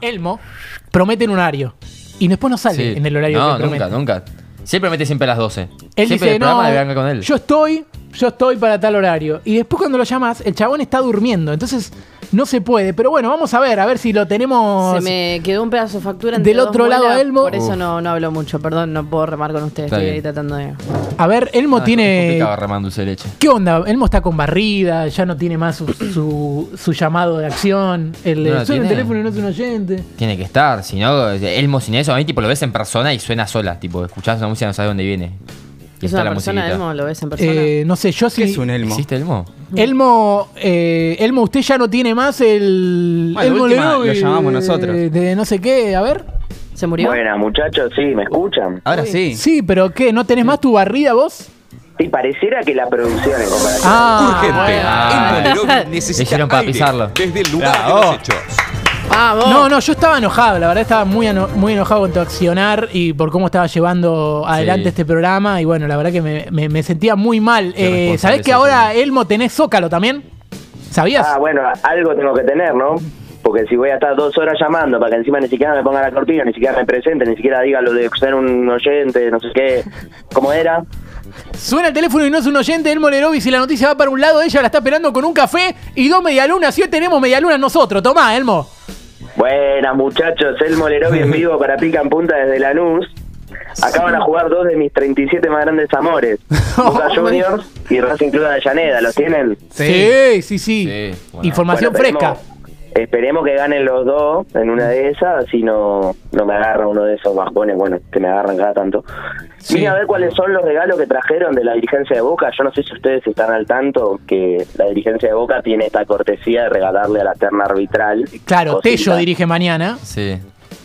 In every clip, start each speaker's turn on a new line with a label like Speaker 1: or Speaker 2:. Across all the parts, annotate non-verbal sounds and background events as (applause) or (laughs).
Speaker 1: Elmo, prometen un horario. Y después no sale
Speaker 2: Sí.
Speaker 1: en el horario
Speaker 2: No,
Speaker 1: que
Speaker 2: nunca,
Speaker 1: promete.
Speaker 2: nunca. Siempre mete siempre a las 12.
Speaker 1: Él
Speaker 2: siempre
Speaker 1: dice,
Speaker 2: el programa
Speaker 1: no,
Speaker 2: de Bianca con él.
Speaker 1: yo estoy, yo estoy para tal horario. Y después cuando lo llamas, el chabón está durmiendo. Entonces no se puede. Pero bueno, vamos a ver, a ver si lo tenemos.
Speaker 3: Se me quedó un pedazo de factura entre
Speaker 1: Oh, Del
Speaker 3: dos
Speaker 1: otro lado
Speaker 3: muelas,
Speaker 1: a Elmo.
Speaker 3: Por eso
Speaker 2: Uf.
Speaker 3: no, no hablo mucho, perdón, no puedo remar con ustedes.
Speaker 2: Está
Speaker 3: Estoy ahí
Speaker 2: bien.
Speaker 3: tratando de.
Speaker 1: A ver, Elmo
Speaker 2: Ah, es
Speaker 1: tiene...
Speaker 2: complicado remar dulce de leche.
Speaker 1: ¿Qué onda? Elmo está con barrida, ya no tiene más su, su- su llamado de acción. El de,
Speaker 2: No lo
Speaker 1: suena el
Speaker 2: tiene.
Speaker 1: teléfono y no es un oyente.
Speaker 2: Tiene que estar, si no, Elmo sin eso, a mí tipo lo ves en persona y suena sola, tipo, escuchás una música y no sabes dónde viene. Y
Speaker 3: Es
Speaker 2: está
Speaker 3: una
Speaker 2: la
Speaker 3: persona,
Speaker 2: musiquita.
Speaker 3: Elmo, lo ves en persona.
Speaker 1: Eh, no sé, yo sí.
Speaker 4: ¿Qué es un elmo?
Speaker 2: ¿Existe Elmo?
Speaker 1: Mm. Elmo, eh, Elmo, usted ya no tiene más el.
Speaker 4: Bueno, de
Speaker 1: Elmo
Speaker 4: última,
Speaker 1: Leroy,
Speaker 4: lo llamamos
Speaker 1: eh,
Speaker 4: nosotros.
Speaker 1: De, no sé qué, a ver.
Speaker 3: ¿Se murió?
Speaker 5: Buena, muchachos, sí, ¿me escuchan?
Speaker 4: Ahora sí.
Speaker 1: Sí, pero ¿qué? ¿No tenés más tu barrida vos?
Speaker 5: Sí, pareciera que la producción en comparación.
Speaker 1: Ah,
Speaker 4: Urgente.
Speaker 2: Ah.
Speaker 4: Elmo Leroy necesita
Speaker 2: Hicieron para
Speaker 4: aire
Speaker 2: pisarlo.
Speaker 4: Desde el lugar
Speaker 6: Bravo.
Speaker 4: de los hechos.
Speaker 3: Vamos.
Speaker 1: No, no, yo estaba enojado, la verdad estaba muy, ano- muy enojado con tu accionar y por cómo estaba llevando adelante
Speaker 2: Sí.
Speaker 1: este programa y bueno, la verdad que me, me- me sentía muy mal.
Speaker 2: Qué
Speaker 1: Eh,
Speaker 2: responsable
Speaker 1: ¿Sabés que
Speaker 2: sos,
Speaker 1: ahora Elmo tenés Zócalo también? ¿Sabías?
Speaker 5: Ah, bueno, algo tengo que tener, ¿no? Porque si voy a estar dos horas llamando para que encima ni siquiera me ponga la cortina, ni siquiera me presente, ni siquiera diga lo de ser un oyente, no sé qué, ¿cómo era?
Speaker 1: Suena el teléfono y no es un oyente Elmo Lerovis y la noticia va para un lado, ella la está esperando con un café y dos medialunas y hoy tenemos medialunas nosotros, tomá Elmo.
Speaker 5: Buenas muchachos, el Molero en vivo para Pica en Punta desde Lanús. Acaban a jugar dos de mis 37 más grandes amores, Boca Juniors y Racing Club de Avellaneda, ¿los tienen?
Speaker 1: Sí, sí, sí.
Speaker 2: Sí, bueno.
Speaker 1: Información
Speaker 5: Bueno,
Speaker 1: fresca.
Speaker 5: esperemos- Esperemos que ganen los dos en una de esas, si no, no me agarra uno de esos bajones, bueno, que me agarran cada tanto.
Speaker 1: Sí.
Speaker 5: Vine a ver cuáles son los regalos que trajeron de la dirigencia de Boca. Yo no sé si ustedes están al tanto que la dirigencia de Boca tiene esta cortesía de regalarle a la terna arbitral.
Speaker 1: Claro,
Speaker 5: cositas.
Speaker 1: Tello dirige mañana.
Speaker 2: Sí.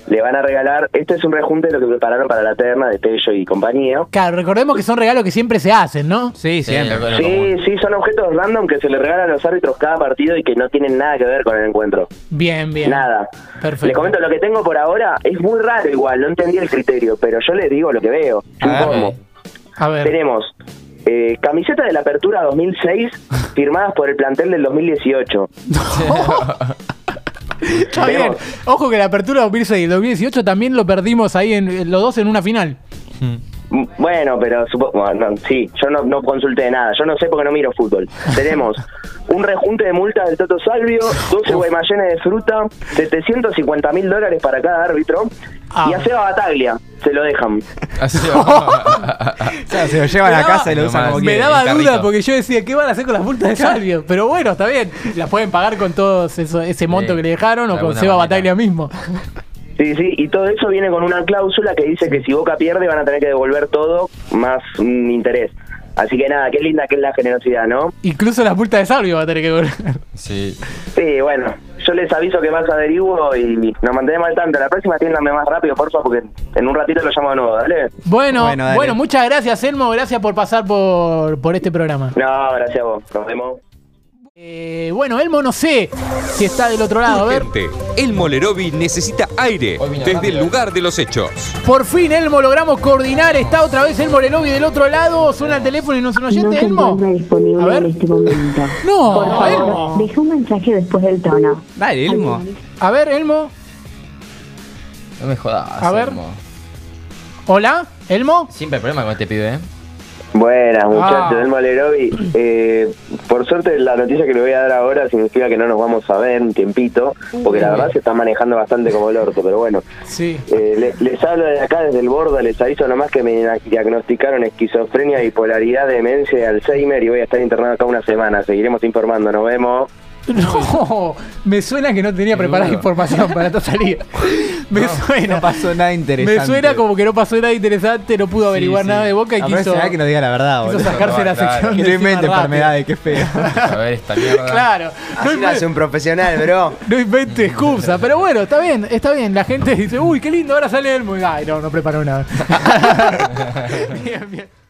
Speaker 5: Le van a regalar, este es un rejunte de lo que prepararon para la terna de Tello y compañía.
Speaker 1: Claro, recordemos que son regalos que siempre se hacen, ¿no?
Speaker 4: Sí, siempre.
Speaker 2: lo- lo
Speaker 5: Sí,
Speaker 2: común.
Speaker 5: sí, son objetos random que se le regalan a los árbitros cada partido y que no tienen nada que ver con el encuentro.
Speaker 1: Bien, bien.
Speaker 5: Nada.
Speaker 1: Perfecto.
Speaker 5: Les comento lo que tengo por ahora. Es muy raro igual, no entendí el criterio, pero yo les digo lo que veo.
Speaker 4: Ah,
Speaker 5: Informo.
Speaker 2: ok.
Speaker 1: A ver.
Speaker 5: Tenemos eh, camiseta de la apertura 2006 firmadas por el plantel del 2018.
Speaker 1: Está bien. Ojo que la apertura 2006 y el 2018 también lo perdimos ahí, en, los dos en una final.
Speaker 5: M- Mm, Bueno, pero supo- bueno, no, sí, yo no, no consulté nada. Yo no sé porque no miro fútbol. Tenemos un rejunte de multas del Toto Salvio, 12 guaymallenes de fruta, 750 mil dólares para cada árbitro. Y
Speaker 1: Ah.
Speaker 5: a Seba Bataglia se lo dejan.
Speaker 1: (laughs)
Speaker 2: Así va.
Speaker 4: O sea, se lo llevan
Speaker 1: Me
Speaker 4: a la
Speaker 1: daba-
Speaker 4: casa y lo
Speaker 2: No
Speaker 4: usan
Speaker 2: más.
Speaker 4: como
Speaker 1: Me
Speaker 4: quieren,
Speaker 1: daba
Speaker 4: el
Speaker 1: duda
Speaker 4: carrito.
Speaker 1: porque yo decía, ¿qué van a hacer con las multas de Salvio? Pero bueno, está bien. Las pueden pagar con todo ese monto
Speaker 2: Sí,
Speaker 1: que le dejaron o
Speaker 2: de
Speaker 1: con
Speaker 2: alguna
Speaker 1: Seba
Speaker 2: manera.
Speaker 1: Bataglia mismo. (laughs)
Speaker 5: Sí, sí, y todo eso viene con una cláusula que dice que si Boca pierde van a tener que devolver todo más un interés. Así que nada, qué linda que es la generosidad, ¿no?
Speaker 1: Incluso las multas de Salvio va a tener que volver.
Speaker 2: Sí.
Speaker 5: Sí, bueno, yo les aviso que más averiguo y nos mantenemos al tanto. La próxima tiéndame más rápido, porfa, porque en un ratito lo llamo de nuevo, ¿dale?
Speaker 1: (laughs) Bueno,
Speaker 4: Bueno,
Speaker 1: bueno,
Speaker 4: dale.
Speaker 1: muchas gracias, Elmo. Gracias por pasar por, por este programa.
Speaker 5: No, gracias a vos. Nos vemos.
Speaker 1: Eh, bueno, Elmo no sé si está del otro lado. A ver.
Speaker 6: Urgente. Elmo Lerovi necesita aire
Speaker 2: Hoy vino
Speaker 6: desde
Speaker 2: rápido.
Speaker 6: el lugar de los hechos.
Speaker 1: Por fin, Elmo, logramos coordinar. Está otra vez Elmo Lerovi del otro lado. Suena el teléfono y no es un
Speaker 7: No
Speaker 1: oyente,
Speaker 7: se
Speaker 1: Elmo.
Speaker 7: encuentra
Speaker 1: A
Speaker 7: disponible
Speaker 1: ver.
Speaker 7: en este momento.
Speaker 1: No,
Speaker 7: Por
Speaker 1: Elmo.
Speaker 7: favor, deja un mensaje después del tono.
Speaker 4: Dale, Elmo.
Speaker 1: A ver, Elmo.
Speaker 2: No me jodas.
Speaker 1: A ver. Hola, Elmo.
Speaker 2: Siempre hay problema con este pibe, ¿eh?
Speaker 5: Buenas, muchachos.
Speaker 1: Ah.
Speaker 5: Elmo Lerovi. Eh, por suerte, la noticia que le voy a dar ahora significa que no nos vamos a ver un tiempito, porque la verdad se está manejando bastante como el orto, pero bueno.
Speaker 1: Sí.
Speaker 5: Eh, le- les hablo de acá desde el bordo, les aviso nomás que me dia- diagnosticaron esquizofrenia, bipolaridad, demencia y Alzheimer y voy a estar internado acá una semana. Seguiremos informando, nos vemos.
Speaker 1: No, me suena que no tenía preparada
Speaker 2: duro.
Speaker 1: información para esta
Speaker 4: (laughs)
Speaker 1: salida. Me suena.
Speaker 4: No pasó nada interesante.
Speaker 1: me suena como que no pasó nada interesante, no pudo averiguar
Speaker 2: sí.
Speaker 1: nada de boca y
Speaker 4: Ah, pero
Speaker 1: quiso,
Speaker 4: será que nos diga la verdad,
Speaker 1: quiso
Speaker 4: boludo.
Speaker 1: sacarse
Speaker 2: No,
Speaker 1: la
Speaker 2: claro.
Speaker 1: sección.
Speaker 4: Que
Speaker 1: de encima
Speaker 4: no invente
Speaker 1: rápido.
Speaker 4: enfermedades, qué feo.
Speaker 2: A ver esta
Speaker 1: (laughs)
Speaker 2: mierda.
Speaker 1: Claro. No
Speaker 4: Así lo
Speaker 1: invente-
Speaker 4: hace un profesional, bro.
Speaker 1: No
Speaker 4: (laughs)
Speaker 1: invente excusa, pero bueno, está bien, está bien.
Speaker 4: (laughs)
Speaker 1: La gente dice, uy, qué lindo, ahora sale Elmo. Y, Ay, no, no preparó nada. (laughs) bien, bien.